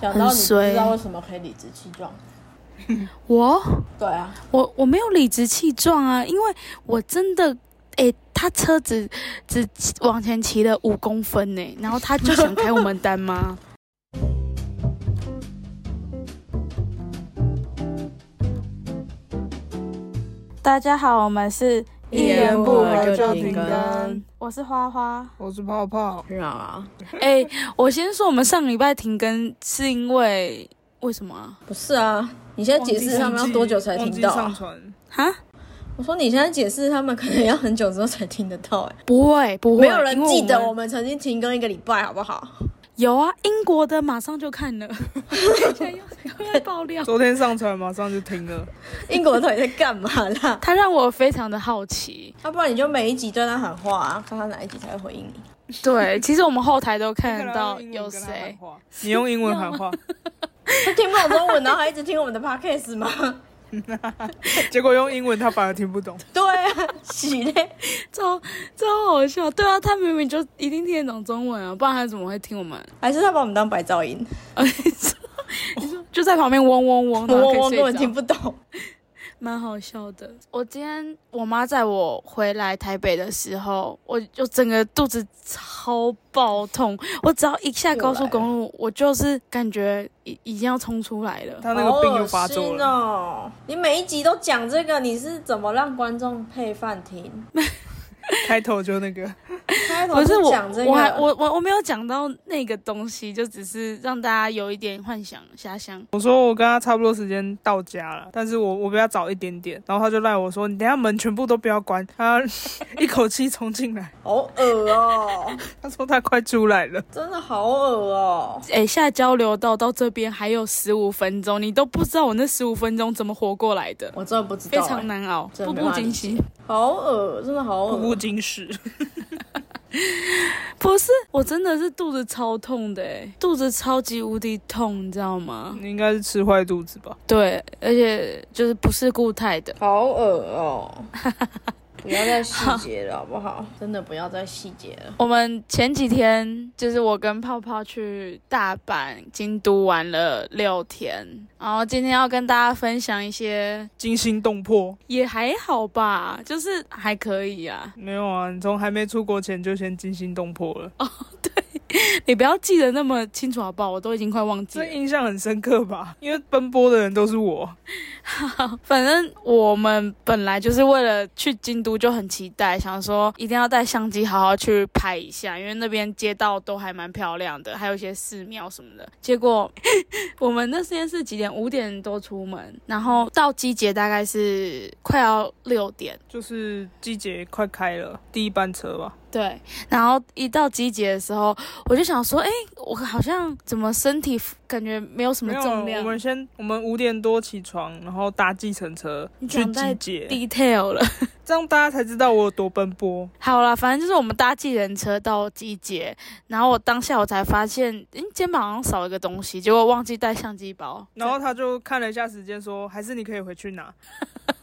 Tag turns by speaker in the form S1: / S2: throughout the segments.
S1: 讲到你不知道
S2: 衰
S1: 为什么可以理直气壮。
S2: 我
S1: 对啊，
S2: 我我没有理直气壮啊，因为我真的，诶、他车子只往前骑了五公分呢、然后他就想开我们单吗？ 大家好，我们是
S1: 一言不合就停更，
S2: 我是花花。
S3: 我是泡泡，
S1: 是啊，
S2: 哎、我先说，我们上礼拜停更是因为为什么啊？
S1: 不是啊，你现在解释他们要多久才听到
S3: 忘记上
S1: 啊？
S3: 传，
S2: 哈？
S1: 我说你现在解释他们可能要很久之后才听得到、哎，
S2: 不会，不会，
S1: 没有人
S2: 因为
S1: 记得
S2: 们
S1: 我们曾经停更一个礼拜，好不好？
S2: 有啊，英国的马上就看了， 现在又又要爆料，
S3: 昨天上传马上就停了。
S1: 英国到底在干嘛 啦？
S2: 他让我非常的好奇。
S1: 要、不然你就每一集对他喊话啊，看他哪一集才会回应你。
S2: 对， 其实我们后台都看
S3: 可能
S2: 得
S3: 要
S2: 到
S3: 用英
S2: 有
S3: 文跟他喊
S2: 谁，
S3: 话？ 你用英文喊话，
S1: 他听不懂中文，然后还一直听我们的 podcast 吗？
S3: 结果用英文他反而听 不懂。
S1: 对啊，洗嘞，
S2: 超超好笑。对啊，他明明就一定听得懂中文啊，不然他怎么会听我们？
S1: 还是他把我们当白噪音？
S2: 你说你说 就在旁边嗡嗡嗡，然
S1: 我
S2: 后
S1: 我
S2: 可以
S1: 我
S2: 睡
S1: 根本
S2: 着
S1: 听不懂。
S2: 蛮好笑的。我今天我妈载我回来台北的时候，我就整个肚子超爆痛，我只要一下高速公路，我就是感觉已已经要冲出来了。
S3: 他那个病又发作
S1: 好恶心
S3: 了，
S1: 哦！你每一集都讲这个，你是怎么让观众配饭听？
S3: 开头就那个，
S1: 开头
S2: 不是我
S1: 讲这，个，
S2: 我还我我我没有讲到那个东西，就只是让大家有一点幻想遐想。
S3: 我说我跟他差不多时间到家了，但是我我比他早一点点，然后他就赖我说你等一下门全部都不要关，他 一口气冲进来，
S1: 好恶哦，
S3: 他说他快出来了，
S1: 真的好恶哦。
S2: 哎、下交流道到这边还有十五分钟，你都不知道我那十五分钟怎么活过来的，
S1: 我真的不知
S2: 非
S1: 道、欸
S2: 常难熬，
S1: 真
S2: 步
S1: 的没
S2: 步
S1: 办法理
S2: 惊
S1: 解
S2: 心。
S1: 好恶，真的好恶
S3: 不顾。今时。
S2: 不是，我真的是肚子超痛的欸，肚子超级无敌痛，你知道吗？
S3: 你应该是吃坏肚子吧？
S2: 对，而且就是不是固态的。
S1: 好恶 哦！不要再细节了，好不好？真的不要再细节了。
S2: 我们前几天就是我跟泡泡去大阪、京都玩了六天，然后今天要跟大家分享一些，
S3: 惊心动魄。
S2: 也还好吧，就是还可以啊。
S3: 没有啊，你从还没出国前就先惊心动魄了，
S2: 你不要记得那么清楚好不好？我都已经快忘记
S3: 这
S2: 了。
S3: 印象很深刻吧？因为奔波的人都是我，
S2: 反正我们本来就是为了去京都就很期待，想说一定要带相机好好去拍一下，因为那边街道都还蛮漂亮的，还有一些寺庙什么的。结果 我们那时间是几点？五点多出门，然后到机捷大概是快要六点。
S3: 就是季节快开了，第一班车吧。
S2: 对，然后一到机捷的时候，我就想说，哎，我好像怎么身体感觉没有什么
S3: 没有，
S2: 重量
S3: 我们先，我们五点多起床，然后搭计程车
S2: 你
S3: 去
S2: 讲太
S3: 集结，
S2: ，detail 了。
S3: 这样大家才知道我有多奔波。
S2: 好啦，反正就是我们搭计程车到机捷，然后我当下我才发现，嗯，肩膀好像少一个东西，结果忘记带相机包。
S3: 然后他就看了一下时间，说：“还是你可以回去拿。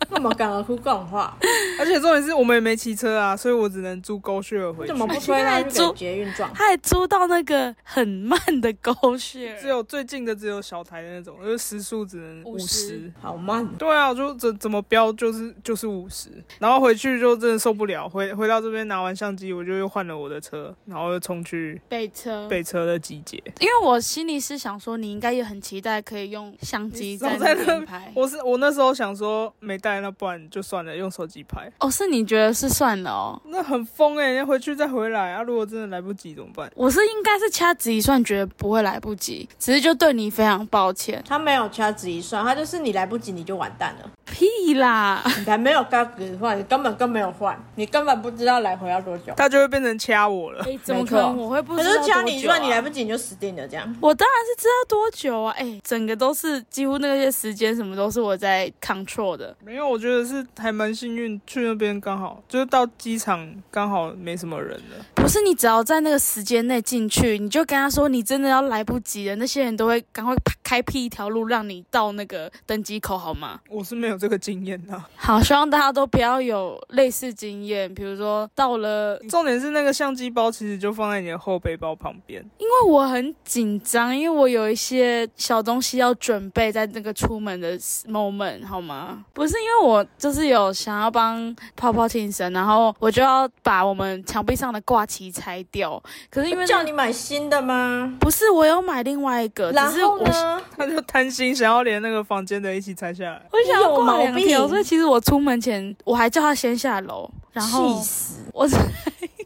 S1: 干嘛赶而哭干话？”
S3: 而且重点是我们也没骑车啊，所以我只能租狗血回
S1: 你
S3: 去
S1: 怎。么不推他去给捷运撞？
S2: 他还租到那个很慢的狗血，
S1: 哦
S3: 只有最近的只有小台的那种，就是时速只能五
S2: 50
S3: 十。
S1: 好慢哦，
S3: 对啊，我就怎怎么标就是就是五十，然后回去就真的受不了，回回到这边拿完相机，我就又换了我的车，然后又冲去
S2: 备车。
S3: 北车的集结。
S2: 因为我心里是想说，你应该也很期待可以用相机
S3: 你早
S2: 在
S3: 在
S2: 那
S3: 那
S2: 边拍。
S3: 我是我那时候想说没带，那不然就算了，用手机拍。
S2: 哦，是你觉得是算了哦。
S3: 那很疯哎、要回去再回来啊！如果真的来不及怎么办？
S2: 我是应该是掐指一算，觉得不会来不及，只是就对你非常抱歉。
S1: 他没有掐指一算，他就是你来不及你就完蛋了。
S2: 屁啦！
S1: 你还没有开始换，你根本更没有换，你根本不知道来回要多久。
S3: 他就会变成掐我了。
S2: 哎、怎么
S1: 没
S2: 可
S1: 错
S2: 能？我会不
S1: 可
S2: 知道
S1: 是
S2: 多久、啊？
S1: 掐你一算，你来不及你就死定了，这样。
S2: 我当然是知道多久啊！哎、整个都是几乎那些时间什么都是我在 control 的。
S3: 没有，我觉得是还蛮幸运，去那边刚好就是到机场刚好没什么人了。
S2: 不是你只要在那个时间内进去，你就跟他说你真的要来不及了，那些人都会赶快啪开辟一条路让你到那个登机口，好吗？
S3: 我是没有这个经验的、
S2: 好，希望大家都不要有类似经验，比如说到了，
S3: 重点是那个相机包其实就放在你的后背包旁边。
S2: 因为我很紧张，因为我有一些小东西要准备在那个出门的 moment，好吗？不是因为我就是有想要帮泡泡庆生，然后我就要把我们墙壁上的挂旗拆掉，可是因为那
S1: 叫你买新的吗？
S2: 不是，我有买另外一个，
S1: 然
S2: 只是
S1: 后
S2: 我
S1: 呢？
S3: 他就贪心，想要连那个房间的一起拆下 来。
S2: 我想要挂两
S1: 你有毛
S2: 条，
S1: 病
S2: 所以其实我出门前我还叫他先下楼，然后
S1: 气死！
S2: 我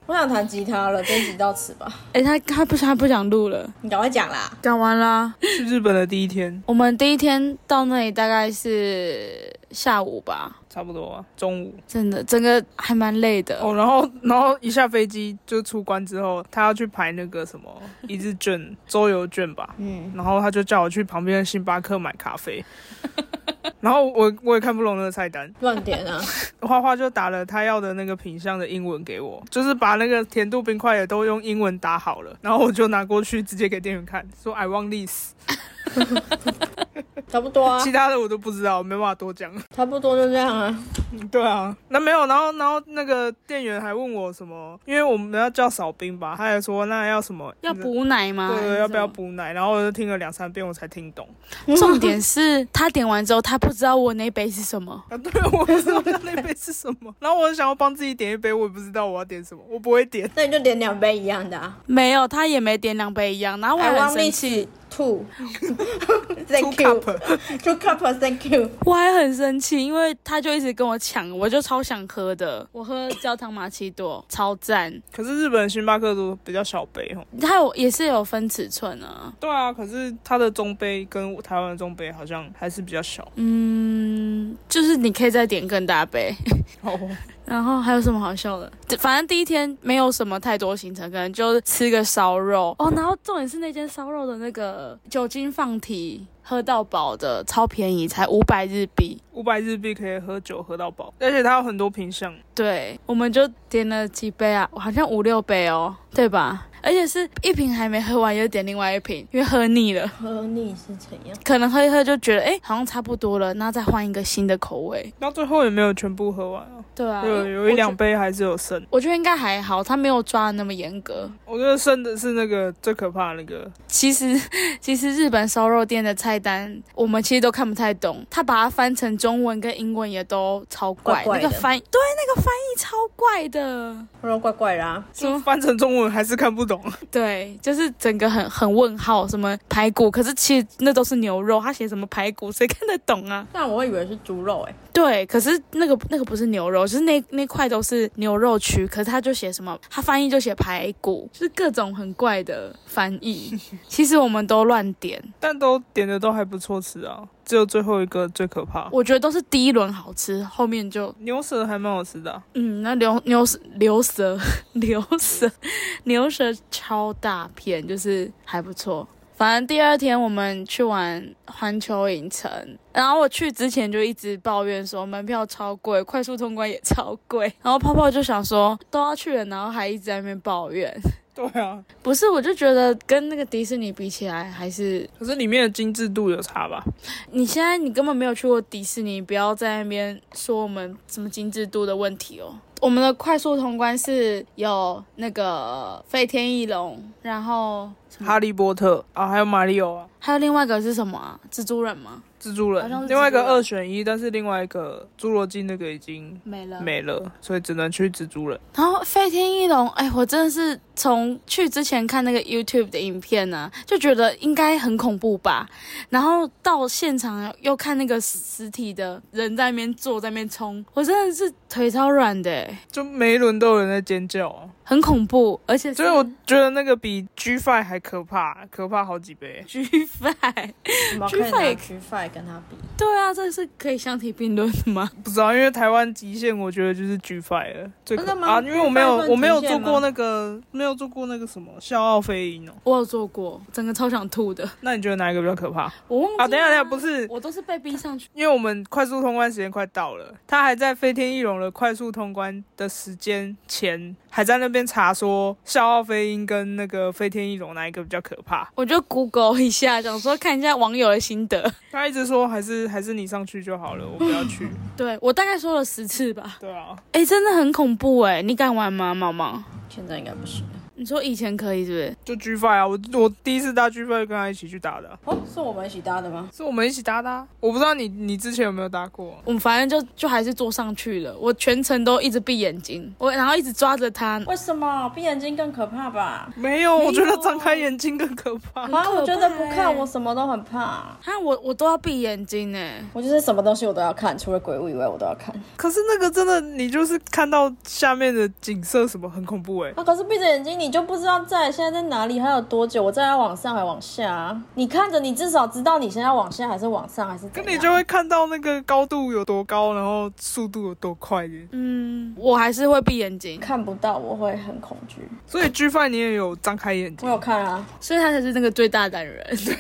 S1: 我想弹吉他了，这一集到此吧，
S2: 哎、他他不他不想录了，
S1: 你赶快讲啦。
S2: 讲完啦。
S3: 去日本的第一天，
S2: 我们第一天到那里大概是下午吧，
S3: 差不多啊，中午
S2: 真的整个还蛮累的。
S3: 哦，然后然后一下飞机就出关之后，他要去排那个什么一日券、周游券吧，
S1: 嗯，
S3: 然后他就叫我去旁边的星巴克买咖 啡。然后我我也看不懂那个菜单，
S1: 乱点啊！
S3: 花花就打了他要的那个品相的英文给我，就是把那个甜度冰块也都用英文打好了，然后我就拿过去直接给店员看，说 I want this，
S1: 差不多啊，
S3: 其他的我都不知道，没办法多讲。
S1: 差不多就这样啊。
S3: 对啊，那没有，然后然后那个店员还问我什么，因为我们要叫少冰吧，他还说那要什么
S2: 要补奶吗？还
S3: 对，
S2: 是
S3: 要不要
S2: 什么？
S3: 补奶？然后我就听了两三遍，我才听懂。
S2: 重点是他点完之后，他不知道我那杯是什 么。
S3: 啊，对，我不知道他那杯是什么。然后我想要帮自己点一杯，我也不知道我要点 什么，我不会点。
S2: 哎
S1: 那你就点两杯一样的啊。
S2: 没有，他也没点两杯一样，然
S3: 哎
S2: 后我
S1: I
S2: 还
S1: want
S2: 很生
S1: this
S2: 气，
S1: two.
S3: Two
S1: Thank you.
S3: cup，
S1: Two cup. Thank you.
S2: 我还很生气，因为他就一直跟我抢，我就超想喝的，我喝焦糖玛奇朵，超赞。
S3: 可是日本的星巴克都比较小杯哦。
S2: 它有也是有分尺寸啊，
S3: 对啊，可是它的中杯跟台湾的中杯好像还是比较小。
S2: 嗯，就是你可以再点更大杯。
S3: 哦，
S2: 然后还有什么好笑的？这反正第一天没有什么太多行程，可能就是吃个烧肉哦。然后重点是那间烧肉的那个酒精放题，喝到饱的，超便宜，才五百日币。
S3: 五百日币可以喝酒喝到饱，而且它有很多品相。
S2: 对，我们就点了几杯啊，好像五六杯哦，对吧？而且是一瓶还没喝完，又点另外一瓶，因为喝腻了，
S1: 和你是怎样？
S2: 可能喝一喝就觉得，哎，好像差不多了，那再换一个新的口味。
S3: 到最后也没有全部喝完啊，
S2: 对啊，
S3: 有有一两杯还是有剩。
S2: 我觉得应该还好，他没有抓的那么严格。
S3: 我觉得剩的是那个最可怕的那 个，
S2: 其实，其实日本烧肉店的菜单我们其实都看不太懂，他把它翻成中文跟英文也都超怪，
S1: 怪怪的
S2: 那个翻对那个翻译超 怪的，
S1: 他说怪怪的啊。
S2: 什
S3: 就
S2: 么
S3: 翻成中文还是看不懂。
S2: 对，就是整个很很问号，什么排骨，可是其实那都是牛肉，他写什么排骨，谁看得懂啊？
S1: 但我以为是猪肉哎、
S2: 对，可是那个那个不是牛肉，就是那那块都是牛肉区，可是他就写什么，他翻译就写排骨，就是各种很怪的翻 译。其实我们都乱点。
S3: 但都点的都还不错吃啊，只有最后一个最可怕。
S2: 我觉得都是第一轮好吃，后面就
S3: 牛舌还蛮好吃的啊、
S2: 嗯，那牛牛舌牛舌 牛舌牛舌超大片，就是还不错。反正第二天我们去玩环球影城，然后我去之前就一直抱怨说门票超贵，快速通关也超贵。 然后泡泡就想说都要去了，然后还一直在那边抱怨。
S3: 对啊，
S2: 不是，我就觉得跟那个迪士尼比起来，还是
S3: 可是里面的精致度有差吧？
S2: 你现在你根本没有去过迪士尼，不要在那边说我们什么精致度的问题哦。我们的快速通关是有那个飞天翼龙，然后什么
S3: 哈利波特啊，还有马里奥啊，
S2: 还有另外一个是什么啊？蜘蛛人吗？
S3: 蜘蛛
S2: 好像是蜘蛛
S3: 人，
S2: 人
S3: 另外一个二选一，但是另外一个侏罗纪那个已经
S2: 没了。
S3: 没了，所以只能去蜘蛛人。
S2: 然后飞天翼龙，哎，我真的是从去之前看那个 YouTube 的影片呢、就觉得应该很恐怖吧。然后到现场又看那个实体的人在那边坐，在那边冲，我真的是腿超软的、哎
S3: 就每一轮都有人在尖叫啊，
S2: 很恐怖，而且是
S3: 所以我觉得那个比 G Five 还可怕，可怕好几 倍。
S2: G Five，
S1: 我们可以拿 G Five 跟他比。
S2: 对啊，这是可以相提并论的吗？
S3: 不知道，因为台湾极限我觉得就是 G Five 了，最可
S1: 真的吗
S3: 啊，因为我没有
S1: G5 算
S3: 我没有
S1: 极
S3: 做
S1: 限吗
S3: 过那个没有做过那个什么笑傲飞鹰哦。
S2: 我有做过，整个超想吐的。
S3: 那你觉得哪一个比较可怕？
S2: 我忘记
S3: 啊，等一下，
S2: 了
S3: 等一下，不是，
S2: 我都是被逼上去。
S3: 因为我们快速通关时间快到了，他还在飞天翼龙的快速通关的时间前，还在那边查说笑傲飞鹰跟那个飞天翼龙哪一个比较可怕。
S2: 我就 Google 一下，想说看一下网友的心得。
S3: 他一直说还是还是你上去就好了，我不要去。
S2: 对我大概说了十次吧。
S3: 对啊，
S2: 哎、真的很恐怖哎、你敢玩吗，毛毛？
S1: 现在应该不行了。
S2: 你说以前可以是不是？
S3: 就 G Five 啊，我我第一次搭 G Five 就跟他一起去搭的啊，
S1: 哦，是我们一起搭的吗？
S3: 是我们一起搭的啊。我不知道你你之前有没有搭过。
S2: 我们反正就就还是坐上去了，我全程都一直闭眼睛，我然后一直抓着它。
S1: 为什么闭眼睛更可怕吧？
S3: 没有，啊我觉
S2: 没
S3: 得
S2: 有
S3: 张开眼睛更可怕。
S1: 啊，我觉得
S2: 很
S1: 不
S2: 可怕欸
S1: 看我什么都很怕，
S2: 啊，我我都要闭眼睛哎、
S1: 我就是什么东西我都要看，除了鬼屋以外我都要看。
S3: 可是那个真的，你就是看到下面的景色什么很恐怖哎、
S1: 啊，可是闭着眼睛你就不知道在现在在哪里，还有多久，我再要往上还往下啊？你看着你至少知道你现在往下还是往上还是怎
S3: 跟你
S1: 样。
S3: 就会看到那个高度有多高，然后速度有多快的。
S2: 嗯，我还是会闭眼睛，
S1: 看不到，我会很恐惧。
S3: 所以 G Five 你也有张开眼
S1: 我
S3: 睛，
S1: 有看啊，
S2: 所以他才是那个最大胆人。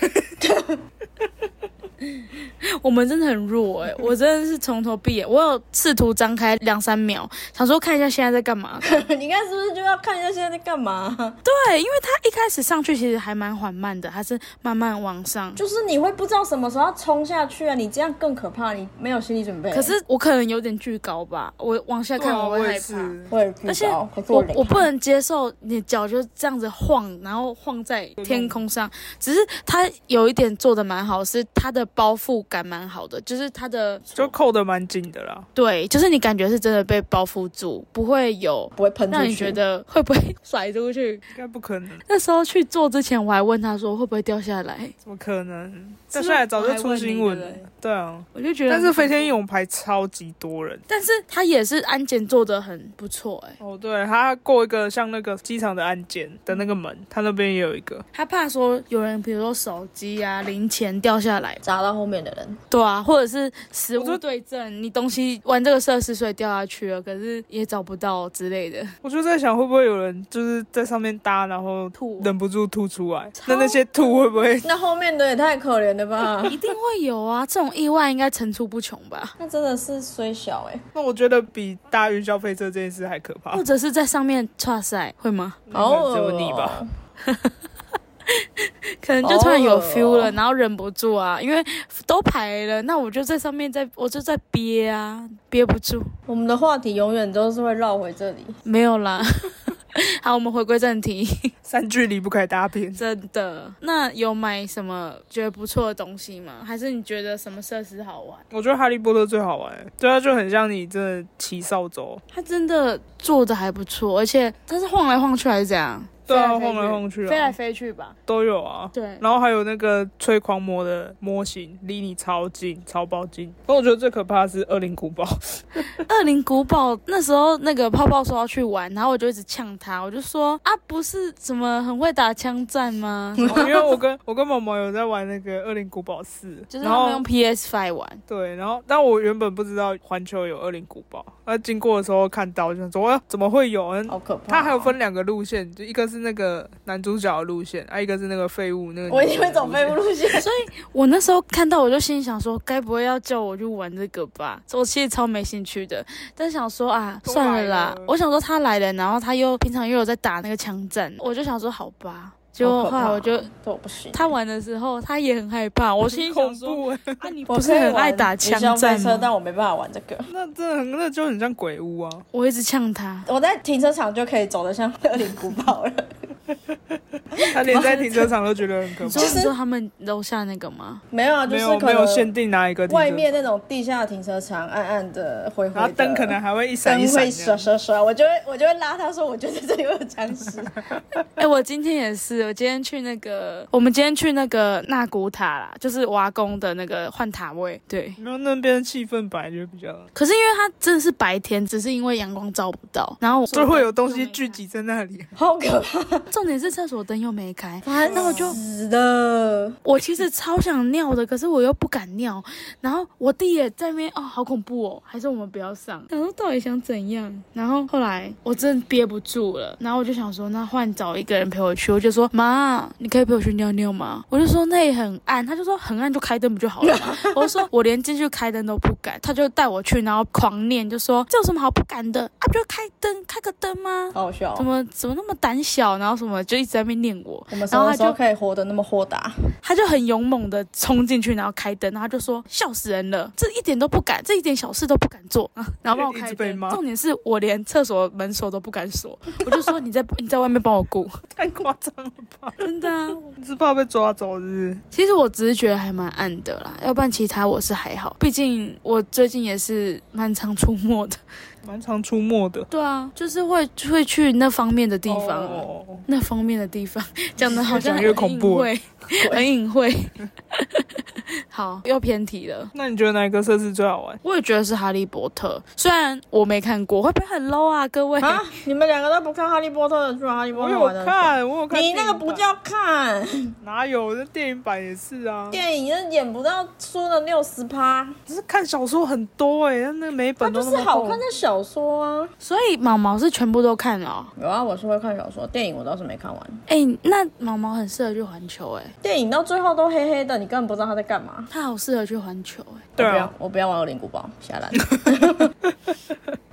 S2: 我们真的很弱哎、我真的是从头闭眼，我有试图张开两三秒，想说看一下现在在干嘛。
S1: 你看是不是就要看一下现在在干嘛？
S2: 对，因为他一开始上去其实还蛮缓慢的，他是慢慢往上。
S1: 就是你会不知道什么时候要冲下去啊，你这样更可怕，你没有心理准备。
S2: 可是我可能有点巨高吧，我往下
S3: 对
S2: 看
S3: 啊，
S2: 会
S3: 我
S2: 害
S3: 也
S2: 怕。
S3: 是。
S1: 我也不
S2: 而
S1: 知
S2: 且
S1: 道，可是
S2: 我
S1: 累
S2: 我不能接受你脚就这样子晃，然后晃在天空上。只是他有一点做的蛮好，是他的包覆感蛮好的，就是他的
S3: 就扣的蛮紧的啦，
S2: 对，就是你感觉是真的被包覆住，不会有
S1: 不会喷出去。
S2: 让你觉得会不会 甩出去。
S3: 应该不可能，
S2: 那时候去做之前，我还问他说会不会掉下来，
S3: 怎么可能？
S2: 是
S3: 掉
S2: 不是
S3: 下来早就
S2: 我还
S3: 出
S2: 问你
S3: 新闻
S2: 对不
S3: 了，对啊。
S2: 我就觉得。
S3: 但是飞天翼，龙排超级多人
S2: 但是他也是安检做的很不错哎、
S3: 哦，对，他过一个像那个机场的安检的那个门，他那边也有一个，
S2: 他怕说有人，比如说手机啊、零钱掉下来，
S1: 砸到后面的人，
S2: 对啊，或者是食
S3: 我觉
S2: 物
S3: 得
S2: 对症，你东西玩这个设施所以掉下去了，可是也找不到之类的。
S3: 我就在想会不会有人就是在上面搭，然后
S2: 吐
S3: 忍不住吐出来，那那些吐会不会
S1: 那后面的也太可怜了 吧？
S2: 一定会有啊，这种意外应该层出不穷吧？
S1: 那真的是虽小哎、
S3: 那我觉得比搭云霄飞车这件事还可怕
S2: 或。者是在上面 跨赛会吗？
S1: 欸，好
S2: 哦
S3: 只有你吧。
S2: 可能就突然有
S1: 哦
S2: feel 了，然后忍不住啊，因为都排了，那我就在上面在，我就在憋啊，憋不住，
S1: 我们的话题永远都是会绕回这里。
S2: 没有啦。 好，我们回归正题，
S3: 三句离不开搭片，
S2: 真的。那有买什么觉得不错的东西吗？还是你觉得什么设施好玩？
S3: 我觉得哈利波特最好玩，对啊，就很像你真的骑扫帚，
S2: 它真的做的还不错，而且它是晃来晃去还是怎样？
S3: 对啊，
S2: 飞
S3: 晃来晃
S2: 去，
S3: 去
S2: 飞来
S3: 啊，
S2: 飞去吧。
S3: 都有啊。
S2: 对，
S3: 然后还有那个吹狂魔的模型，离你超近，超爆近。但我觉得最可怕的是恶灵古堡，
S2: 二零古堡那时候那个泡泡说要去玩，然后我就一直呛他，我就说啊，不是怎么很会打枪战吗？
S3: 哦因为我跟我跟毛毛有在玩那个恶灵古 堡四，
S2: 就是
S3: 然
S2: 他们
S3: 后
S2: 用 PS Five 玩，
S3: 对，然后但我原本不知道环球有恶灵古堡，那经过的时候看到就想说，哇，怎么会有？
S1: 好可怕、哦
S3: 它还有，分两个路线，就一个是那个男主角的路线，啊，一个是那个废物那个。
S1: 我一定会走废物。路线。
S2: 我那时候看到我就心里想说，该不会要叫我去玩这个吧？我其实超没兴趣的，但想说啊，
S3: 都
S2: 算了
S3: 来
S2: 啦
S3: 了，
S2: 我想说他来了，然后他又平常又有在打那个枪战，我就想说好吧，结
S1: 好
S2: 果
S1: 可
S2: 后
S1: 怕
S2: 来我就。
S1: 对，我不行。
S2: 他玩的时候，他也很害怕。我心里想
S3: 恐
S2: 说：“
S3: 怖、欸，
S2: 啊，你
S1: 我
S2: 不是
S1: 可以
S2: 很爱
S1: 玩
S2: 打
S1: 云
S2: 枪
S1: 霄飞
S2: 战
S1: 车，
S2: 吗
S1: 但我没办法玩这个。
S3: 那真的很，那就很像鬼屋啊！？”
S2: 我一直呛他，
S1: 我在停车场就可以走得像恶灵古堡了。
S3: 他连在停车场都觉得很可
S2: 你
S3: 怕
S2: 说。
S1: 其实
S2: 你说他们楼下那个吗？
S1: 没有啊，就
S3: 没
S1: 是
S3: 有
S1: 可
S3: 没有限
S1: 能
S3: 定哪一个停车
S1: 外
S3: 场，
S1: 面那种地下停车场，暗暗的、灰灰
S3: 然后
S1: 的，
S3: 灯可能还会一闪一
S1: 灯
S3: 闪
S1: 会
S3: 这
S1: 刷
S3: 样。
S1: 刷刷，我就会我就会拉他说，我觉得这里会有僵尸。
S2: 哎、我今天也是，我今天去那个，我们今天去那个纳古塔啦，就是瓦工的那个换塔位。对，
S3: 然后那边的气氛本来就比较，
S2: 可是因为它真的是白天，只是因为阳光照不到，然后我
S3: 就会有东西聚集在那里。
S1: 好可怕！
S2: 重点是厕所灯又没开，
S1: 烦
S2: 那我就
S1: 死了。
S2: 我其实超想尿的，可是我又不敢尿。然后我弟也在那边，哦，好恐怖哦，还是我们不要上。然后到底想怎样？然后后来我真的憋不住了，然后我就想说，那换找一个人陪我去。我就说，妈，你可以陪我去尿尿吗？我就说那也很暗，他就说很暗就开灯不就好了吗？ 我就说我连进去开灯都不敢，他就带我去，然后狂念，就说这有什么好不敢的啊？不就开灯，开个灯吗？
S1: 好好笑
S2: 怎
S1: 哦。
S2: 么怎么那么胆小？然后什么就一直在那边念我，
S1: 我们什
S2: 然后
S1: 么
S2: 他
S1: 时候
S2: 就
S1: 可以活得那么豁达？
S2: 他就很勇猛的冲进去，然后开灯，然后他就说笑死人了，这一点都不敢，这一点小事都不敢做， 啊然后帮我
S3: 一
S2: 开
S3: 直被
S2: 灯。
S3: 骂
S2: 重点是我连厕所门锁都不敢锁，我就说你在你在外面帮我顾，
S3: 太夸张了吧？
S2: 真的、啊。
S3: 你是怕被抓走是不是？
S2: 其实我只是觉得还蛮暗的啦，要不然其他我是还好，毕竟我最近也是蛮常出没的。
S3: 蛮常出没的
S2: 对啊，就是会会去那方面的地方。啊
S1: 啊
S3: 哦
S2: 那方面的地方， 讲的好像
S3: 越讲越恐怖
S2: 很隐晦，很隐 晦。 好，又偏题了。
S3: 那你觉得哪一个设施最好玩？
S2: 我也觉得是《哈利波特》，虽然我没看过，会不会很 low 啊？各位，
S1: 啊！你们两个都不看《哈利波特》的，去玩《哈利波
S3: 我
S1: 特》
S3: 有
S1: 玩的。
S3: 看，我有看。
S1: 你那个不，叫看
S3: 哪有？那电影版也是啊，
S1: 电影，那演不到书的六十趴，
S3: 只是看小说很多哎、欸，那每一
S1: 它
S3: 本
S1: 就
S3: 都那
S1: 是
S3: 么厚
S1: 好看的小说啊。
S2: 所以毛毛是全部都看了哦、
S1: 有啊，我是会看小说，电影我倒是没看完。
S2: 哎、那毛毛很适合去环球、哎，
S1: 电影到最后都黑黑的，你根本不知道他在干嘛。
S2: 他好适合去环球、哎，
S3: 对
S1: 我不
S3: 啊
S1: 要，，我不要玩恶灵古堡，下 来，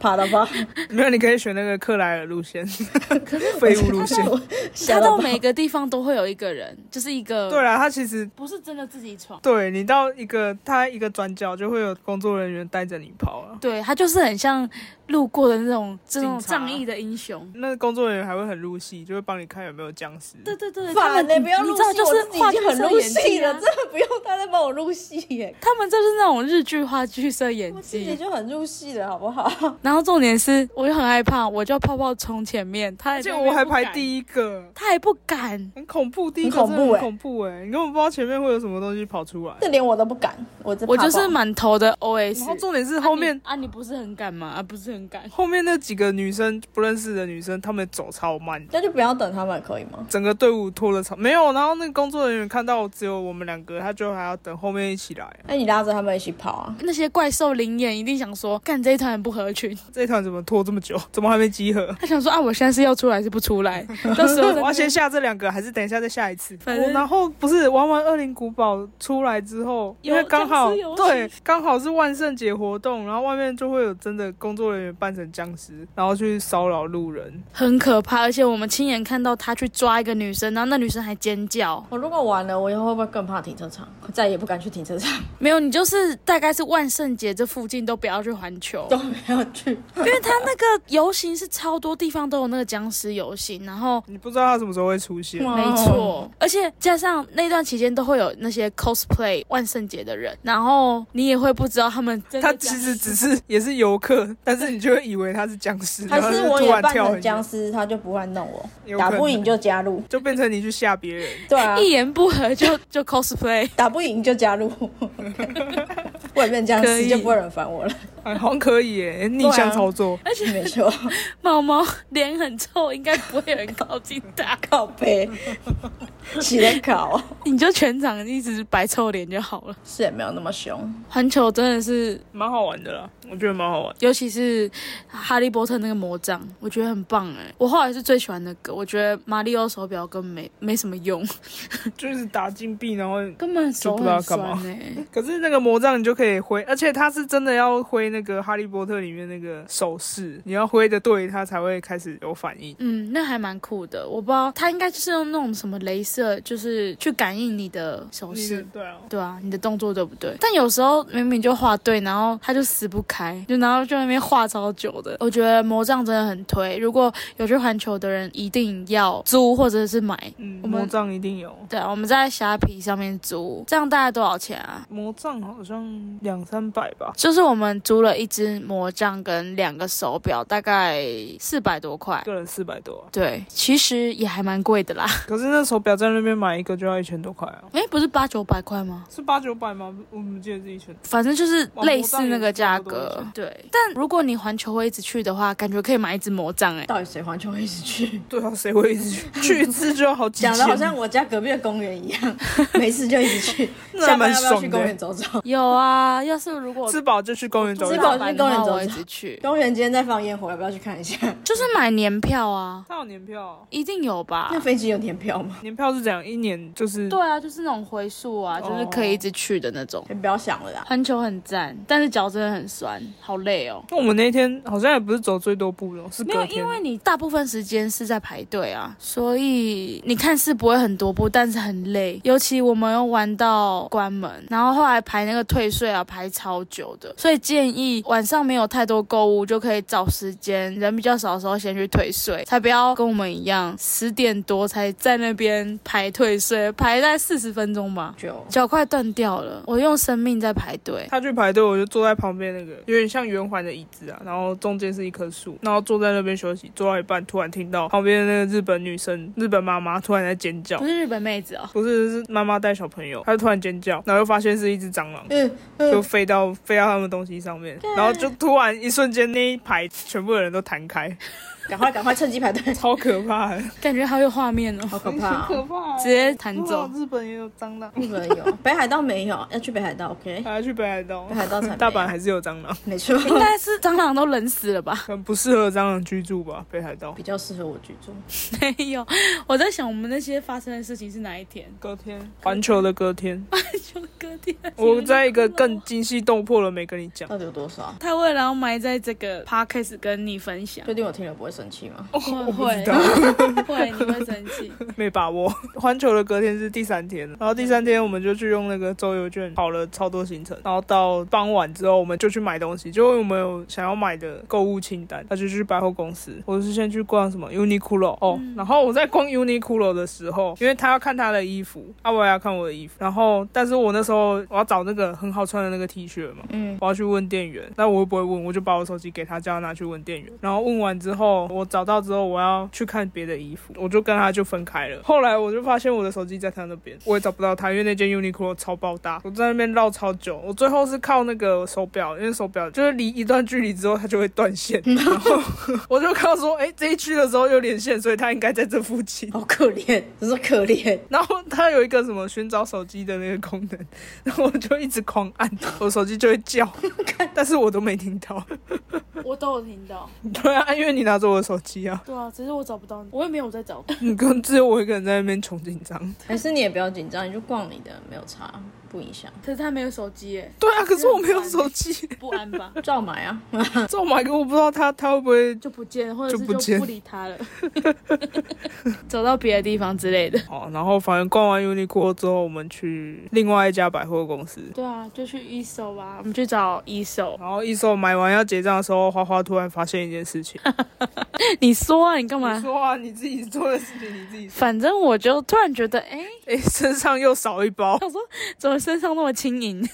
S1: 怕了吧？
S3: 没有，你可以选那个克莱尔 路线， 废物路线。
S1: 吓
S2: 他
S1: 了
S2: 到
S1: 吧
S2: 每个地方都会有一个人，就是一个，
S3: 对，啦，他其实
S2: 不是真的自己闯，
S3: 对你到一个他一个转角就会有工作人员带着你跑啊。
S2: 对他就是很像路过的那种这种
S3: 警察
S2: 仗义的英雄。
S3: 那工作人员还会很入戏，就会帮你看有没有僵尸。
S2: 对对对，他
S1: 烦
S2: 们
S1: 嘞！不要
S2: 你
S1: 入
S2: 知道
S1: 戏，
S2: 就
S1: 我
S2: 是
S1: 自己
S2: 话
S1: 已
S2: 剧
S1: 经很
S2: 社
S1: 入
S2: 演
S1: 戏
S2: 技
S1: 了，
S2: 啊
S1: 真，的不用他再帮我入戏 耶。
S2: 他们就是那种日剧话剧社演
S1: 我自
S2: 技，
S1: 己就很入戏了，好不好？
S2: 然后重点是，我就很害怕，我叫泡泡冲前面，他
S3: 而
S2: 还
S3: 且
S2: 在那
S3: 我
S2: 边
S3: 还
S2: 不敢
S3: 排，第一个，
S2: 他还不敢。
S3: 很恐怖，第一个
S1: 很恐
S3: 真
S1: 怖
S3: 的
S1: 欸
S3: 很恐怖哎、你根本不知道前面会有什么东西跑出来。
S1: 这连我都不敢，我这
S2: 我就是
S1: 嘛，
S2: 满头的
S3: 然后
S2: OS。
S3: 重点是后面、
S2: 啊你，啊你不是很敢吗？啊，不是很敢。
S3: 后面那几个女生不认识的女生，她们走超慢，
S1: 那就不要等他们可以吗？
S3: 整个队伍拖了超没有。然后那个工作人员看到只有我们两个，他就还要等后面一起来。
S1: 那你拉着他们一起跑啊！
S2: 那些怪兽灵眼一定想说，干这一团很不合群。
S3: 这一团怎么拖这么久？ 怎么还没集合？
S2: 他想说啊，我现在是要出来还是不出 来？到时候
S3: 我
S2: 再
S3: 要先下这两个，还是等一下再下一次？
S2: 反正
S3: 我然后不是玩完《恶灵古堡》出来之后，因为
S2: 有
S3: 刚好
S2: 僵尸游戏
S3: 对刚好是万圣节活动，然后外面就会有真的工作人员扮成僵尸，然后去骚扰路人。
S2: 很可怕，而且我们亲眼看到他去抓一个女生，然后那女生还尖叫。
S1: 我如果玩了，我以后会不会更怕停车场？我再也不敢去停车 场，
S2: 没有，你就是大概是万圣节这附近都不要去环 球。
S1: 都没有去。
S2: 因为他那个游行是超多地方都有那个僵尸游行，然后
S3: 你不知道他什么时候会出现，
S1: 哇
S2: 没错，而且加上那段期间都会有那些 cosplay 万圣节的人，然后你也会不知道他们真的
S3: 他
S2: 假
S3: 其实只是也是游客，但是你就会以为他是僵尸，
S1: 还
S3: 然后
S1: 是
S3: 就
S1: 我
S3: 突
S1: 也
S3: 然
S1: 扮
S3: 跳
S1: 成
S3: 很
S1: 僵
S3: 远，
S1: 尸，他就不会弄我，
S3: 有
S1: 打
S3: 可
S1: 不
S3: 能
S1: 赢就加入。
S3: 就变成你去吓别人。
S1: 对啊，
S2: 一言不合就 就 cosplay，
S1: 打不赢就加 入，我也变僵
S2: 可
S1: 尸
S2: 以
S1: 就不会有人烦我了。
S3: 哎，好像可以耶，逆
S1: 啊
S3: 向操作。
S1: 没 错，
S2: 毛毛脸很臭，应该不会有人靠近他，
S1: 靠 背，起来考， 啊
S2: 你就全场一直白臭脸就好了。
S1: 是也没有那么凶。
S2: 环球真的是，
S3: 蛮好玩的啦，我觉得蛮好玩。
S2: 尤其是哈利波特那个魔杖，我觉得很棒哎、我后来是最喜欢那个，我觉得马里奥手表根本没没什么用。
S3: 就是打金币，然后
S2: 根本手
S3: 就不知道
S2: 很
S3: 干嘛
S2: 酸呢、欸。
S3: 可是那个魔杖你就可以挥，而且它是真的要挥那个哈利波特里面那个手势，你要挥的对，它才会开始有反应。
S2: 嗯，那还蛮酷的。我不知道，它应该就是用那种什么镭射，就是去感应你的手
S3: 你的
S2: 势，
S3: 对啊，
S2: 对啊，你的动作对不对？但有时候明明就画对，然后它就死不开，就然后就在那边画超久的。我觉得魔杖真的很推，如果有去环球的人，一定要租或者是买。
S3: 嗯，
S2: 我们
S3: 魔杖一定有。
S2: 对啊，我们在虾皮上面租，这样大概多少钱啊？
S3: 魔杖好像两三百 吧，
S2: 就是我们租了一只魔杖跟两个手表，大概四百多块
S3: 一。个人四百多啊、
S2: 对，其实也还蛮贵的啦。
S3: 可是那手表真在那边买一个就要一千多块啊，
S2: 哎，不是八九百块吗？
S3: 是八九百吗？我怎么记得是一千？
S2: 反正就是类似那个价
S3: 网膜
S2: 格
S3: 杖。
S2: 对，但如果你环球会一直去的话，感觉可以买一只魔杖哎、
S1: 到底谁环球会一直去？
S3: 对啊，谁会一直 去去一次就要好几千？
S1: 讲的好像我家隔壁的公园一样，没事就一直去。
S3: 那还
S1: 下班
S3: 蛮
S1: 要不要去
S3: 爽
S1: 公园
S3: 的。
S1: 走走？
S2: 有啊，要是如果
S3: 吃饱就去公园走一
S1: 吃
S3: 走。
S1: 饱
S2: 老
S1: 就
S2: 板
S1: 去
S2: 的
S1: 公
S2: 话
S1: 园走
S2: 我会一
S1: 走
S2: 直去，
S1: 公园今天在放烟火，要不要去看一下？
S2: 就是买年票啊，
S3: 他有年票，
S2: 一定有吧
S1: 那？飞机有年票吗？
S3: 年票是怎样？一年就是
S2: 对啊，就是那种回数啊，就是可以一直去的那种。
S1: 先不要想了啦。
S2: 环球很赞，但是脚真的很酸，好累哦。
S3: 那我们那天好像也不是走最多步的哦， 是
S2: 没有，
S3: 隔天
S2: 因为你大部分时间是在排队啊，所以你看似不会很多步，但是很累。尤其我们又玩到关门，然后后来排那个退税啊，排超久的。所以建议晚上没有太多购物，就可以找时间人比较少的时候先去退税，才不要跟我们一样十点多才在那边排退税，排在四十分钟吧。
S1: 就
S2: 脚快断掉了，我用生命在排队。
S3: 他去排队，我就坐在旁边那个有点像圆环的椅子啊，然后中间是一棵树，然后坐在那边休息，坐到一半突然听到旁边的那个日本女生，日本妈妈突然在尖叫
S2: 不，是日本妹子哦，
S3: 不是是妈妈带小朋友，她就突然尖叫，然后又发现是一只蟑螂。
S1: 嗯
S3: 就
S1: 嗯，
S3: 飞到飞到他们东西上面，然后就突然一瞬间那一排全部的人都弹开，
S1: 赶快赶快趁机排队，
S3: 超可怕的，
S2: 感觉好有画面哦，
S1: 好可 怕、哦！
S3: 怕
S2: 直接弹走。
S3: 日本也有蟑螂，
S1: 日本有，哦 北海道没有，要去北海道。OK，
S3: 还要去北海道
S1: 北，海道才没有
S3: 大阪，还是有蟑螂，
S1: 没错，
S2: 应该是 蟑螂都冷死了吧？
S3: 可能不适合蟑螂居住吧，北海道。
S1: 比较适合我居住。
S2: 没有，我在想我们那些发生的事情是哪一天？
S3: 隔天，环球的隔天，
S2: 就隔天。
S3: 我在一个更惊心动魄的没跟你讲。
S1: 到底有多少？
S2: 他为了要埋在这个 podcast 跟你分享，
S1: 确定我听了不会生气吗？
S2: 会
S3: 不知
S2: 会
S3: 道，
S2: 哦 会你会生气。
S3: 没把握。环球的隔天是第三天，然后第三天我们就去用那个周游券跑了超多行程，然后到傍晚之后我们就去买东西，就我们有想要买的购物清单，那就去百货公司。我是先去逛什么 Uniqlo 哦，然后我在逛 Uniqlo 的时候，因为他要看他的衣服，啊我也要看我的衣服，然后但是我那时候我要找那个很好穿的那个 T 恤嘛，
S1: 嗯，
S3: 我要去问店员，但我又不会问，我就把我手机给他，叫他拿去问店员。然后问完之后，我找到之后，我要去看别的衣服，我就跟他就分开了。后来我就发现我的手机在他那边，我也找不到他，因为那件 Uniqlo 超爆大，我在那边绕超久。我最后是靠那个手表，因为手表就是离一段距离之后它就会断线，然后我就靠说，哎、这一区的时候有连线，所以它应该在这附近。
S1: 好可怜，真是可怜。
S3: 然后它有一个什么寻找手机的那个功能，然后我就一直狂按，我手机就会叫，但是我都没听到。
S2: 我都有听到，
S3: 对啊，因为你拿走我的手机啊，
S2: 对啊，只是我找不到你，我也没有在找。
S3: 你跟只有我一个人在那边穷紧张。
S1: 还是你也不要紧张，你就逛你的，没有差，不影响。
S2: 可是他没有手机耶，
S3: 对啊，可是我没有手机，
S2: 不安吧？
S1: 照买啊，
S3: 赵马哥，我不知道他他会不会
S2: 就不见了，或者是
S3: 就不见
S2: 就不理他 了，走到别的地方之类的。
S3: 哦。然后反正逛完 Uniqlo 之后，我们去另外一家百货公司。
S2: 对啊，就去一手吧，我们去找一手。
S3: 然后一手买完要结账的时候，花花突然发现一件事情。
S2: 你说啊，你干嘛
S3: 你？说啊，你自己做的事情你自己说。
S2: 反正我就突然觉得，哎、
S3: 哎，身上又少一包，
S2: 怎么身上那么轻盈？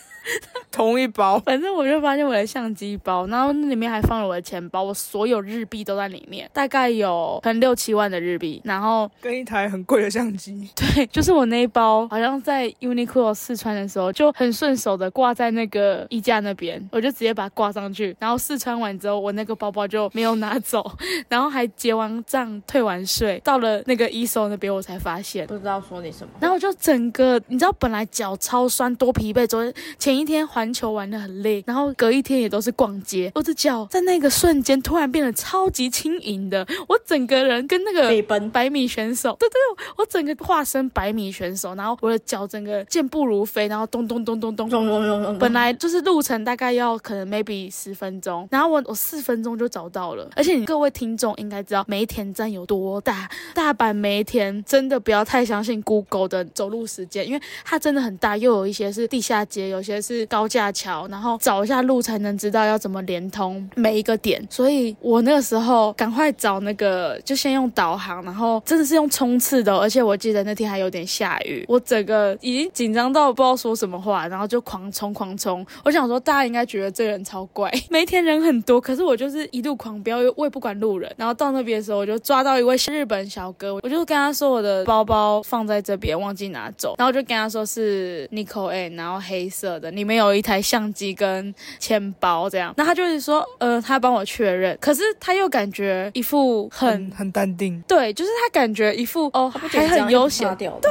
S3: 同一包。
S2: 反正我就发现我的相机包，然后那里面还放了我的钱包，我所有日币都在里面，大概有可能六七万的日币。然后
S3: 跟一台很贵的相机，
S2: 对，就是我那一包，好像在 Uniqlo 试穿的时候就很顺手的挂在那个衣架那边，我就直接把它挂上去。然后试穿完之后，我那个包包就没有拿走， 然后还结完账、退完税，到了那个 e s o 那边我才发现。
S1: 不知道说你什么。
S2: 然后我就整个，你知道，本来脚超酸、多疲惫，昨天前一天环球玩的很累，然后隔一天也都是逛街，我的脚在那个瞬间突然变得超级轻盈的，我整个人跟那个
S1: 飞奔，
S2: 百米选手，对对，对我整个化身百米选手，然后我的脚整个健步如飞，然后咚咚咚咚咚。
S1: 咚咚咚咚咚，
S2: 本来就是路程大概要可能 maybe 十分钟，然后我我四分钟就找到了。而且你各位听众应该知道梅田站有多大，大阪梅田真的不要太相信 Google 的走路时间，因为它真的很大，又有有一些是地下街，有些是高架桥，然后找一下路才能知道要怎么连通每一个点。所以我那个时候赶快找那个，就先用导航，然后真的是用冲刺的哦、而且我记得那天还有点下雨，我整个已经紧张到不知道说什么话，然后就狂冲狂冲。我想说大家应该觉得这个人超怪， 每一天人很多，可是我就是一路狂飙，我也不管路人。然后到那边的时候，我就抓到一位日本小哥，我就跟他说我的包包放在这边，忘记拿走。然后我就跟他说是 Nico A，然后黑色的，里面有一台相机跟钱包这样。那他就是说，呃，他帮我确认，可是他又感觉一副很
S3: 很很淡定。
S2: 对，就是他感觉一副哦，
S1: 他不觉
S2: 还
S1: 得这样
S2: 很悠
S1: 就
S2: 闲啊
S1: 怕，掉对，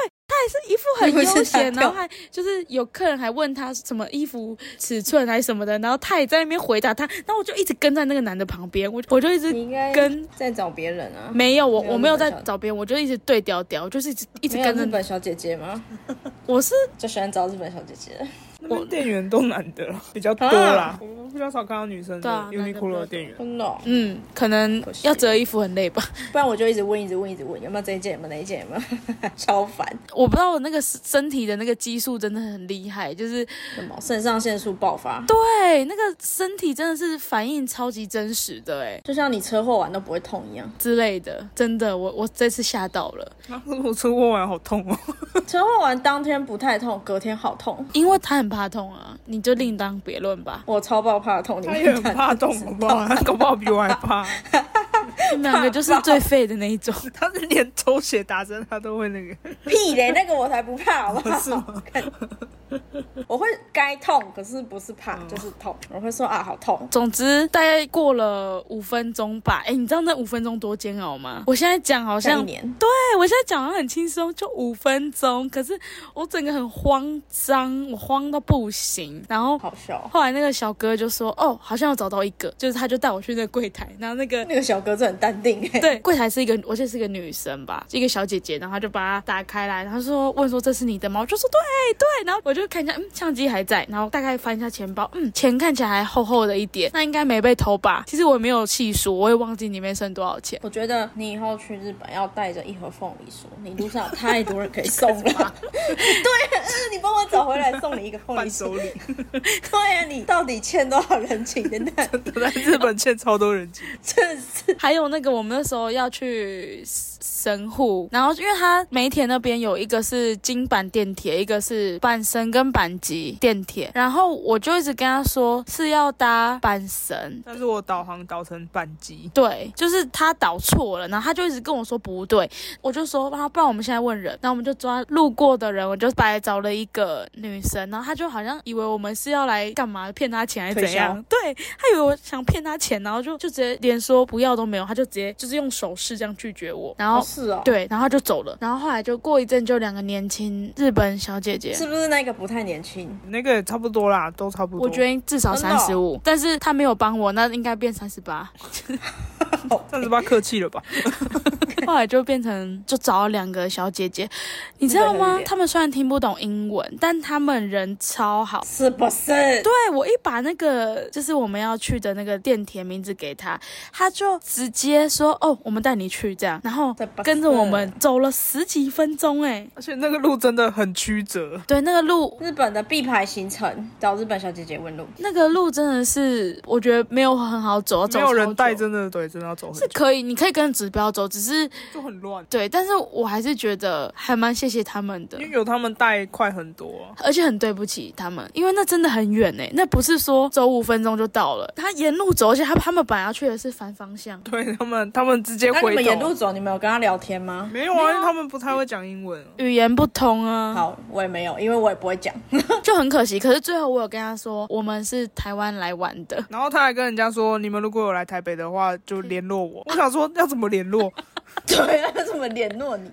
S2: 是一副 很悠闲，
S1: 不是他
S2: 然后还就是有客人还问他什么衣服尺寸还是什么的，然后他也在那边回答他，然后我就一直跟在那个男的旁边，我我就一直
S1: 你应该
S2: 跟
S1: 再找别人啊。
S2: 没有我
S1: 嗯没有
S2: 我没有
S1: 日本
S2: 在
S1: 小姐
S2: 找别人，我就一直对调调，我就是一直一直
S1: 没有
S2: 跟
S1: 日
S2: 着，
S1: 本小姐姐吗？
S2: 我是
S1: 就喜欢找日本小姐姐。
S3: 那边店员都男的啦比较多啦
S1: 啊，
S3: 我们比较少看到女生的
S2: 对啊男的比较多
S3: Uniqlo 的店员。
S1: 真的哦、
S2: 嗯，可能
S1: 可惜
S2: 要折衣服很累吧。
S1: 不然我就一直问，一直问，一直问，有没有这一件，有没有那一件，有没有？ 超烦，
S2: 我不知道我那个身体的那个激素真的很厉害，就是
S1: 什么肾上腺素爆发，
S2: 对那个身体真的是反应超级真实的哎
S1: 就像你车祸完都不会痛一样。
S2: 之类的，真的我我这次吓到了。
S3: 啊我车祸完好痛哦，
S1: 车祸完当天不太痛，隔天好痛。
S2: 因为他很怕痛啊，你就另当别论吧。
S1: 我超爆怕痛，你
S3: 他
S1: 们
S3: 也 很怕痛，好不好？他搞不好比我还怕，
S2: 你们两个就是最废的那一种。
S3: 他是连抽血打针他都会 那个，
S1: 屁嘞，那个我才不怕，好不好？
S3: 是吗？
S1: 我会该痛，可是不是怕，就是痛。我会说啊，好痛。
S2: 总之，大概过了五分钟吧。哎、你知道那五分钟多煎熬吗？我现在讲好
S1: 像
S2: 像
S1: 一，年，
S2: 对我现在讲好像很轻松，就五分钟。可是我整个很慌张，我慌到不行。然后
S1: 好笑哦。
S2: 后来那个小哥就说：“哦，好像有找到一个。”就是他就带我去那个柜台，然后那个
S1: 那个小哥真的很淡定哎、
S2: 对，柜台是一个，我记得是一个女生吧，一个小姐姐，然后她就把它打开来，然后说问说这是你的吗？我就说对对，然后我就看一下，嗯，相机还在，然后大概翻一下钱包，嗯，钱看起来还厚厚的一点，那应该没被偷吧？其实我也没有细数，我也忘记里面剩多少钱。
S1: 我觉得你以后去日本要带着一盒凤梨酥，你路上有太多人可以 送了。对，嗯你帮我找回来，送你一个凤
S3: 伴
S1: 梨酥。
S3: 手礼，
S1: 对呀、你到底欠多少人情 的呢？
S3: 我在日本欠超多人情，
S1: 真的是
S2: 还有那个我们那时候要去神户，然后因为它梅田那边有一个是金板电铁，一个是阪神跟阪急电铁，然后我就一直跟他说是要搭阪神，
S3: 但是我导航导成扳机，
S2: 对，就是他导错了，然后他就一直跟我说不对，我就说，啊，不然我们现在问人，然后我们就抓路过的人，我就白找了一个女生，然后她就好像以为我们是要来干嘛，骗她钱还是怎样
S1: 推销？
S2: 对，她以为我想骗她钱，然后就就直接连说不要都没有，她就直接就是用手势这样拒绝我，然后、
S1: 哦，是哦，，
S2: 对，然后她就走了，然后后来就过一阵就两个年轻日本小姐姐。
S1: 是不是那个不太年轻？
S3: 那个也差不多啦，都差不多。
S2: 我觉得至少
S1: 真
S2: 三
S1: 的哦
S2: 十五，但是她没有帮我，那应该变三十八。
S3: 三十八客气了吧？
S2: 后来就变成就找了两个小姐姐，你知道
S1: 那个很
S2: 吗
S1: 远？
S2: 他们虽然听不懂英文，但他们人超好。
S1: 是不是？
S2: 对我一把那个就是我们要去的那个电铁名字给他，他就直接说：“哦，我们带你去。”这样，然后
S1: 这不是
S2: 跟着我们走了十几分钟、哎，
S3: 而且那个路真的很曲折，
S2: 对，那个路。
S1: 日本的必排行程，找日本小姐姐问路。
S2: 那个路真的是，我觉得没有很好走，走
S3: 没有
S2: 超
S3: 人
S2: 久
S3: 带，真的对，真的要走很
S2: 是可以，你可以跟指标走，只是
S3: 就很乱。
S2: 对，但是我还是觉得还蛮谢谢他们的
S3: 因。为有他们带快很多啊、
S2: 而且很对不起他们，因为那真的很远哎，那不是说走五分钟就到了，他沿路走，而且他他们本来要去的是反方向，
S3: 对他们，他们直接
S1: 那你
S3: 回
S1: 们沿路
S3: 头。
S1: 走，你们有跟她聊天吗？
S3: 没有啊，因为他们不太会讲英文啊、
S2: 语言不通啊，
S1: 好，我也没有，因为我也不会讲。
S2: 就很可惜。可是最后我有跟他说，我们是台湾来玩的，
S3: 然后他还跟人家说，你们如果有来台北的话，就联络我。我想说，要怎么联络？
S1: 对啊，怎么联络你？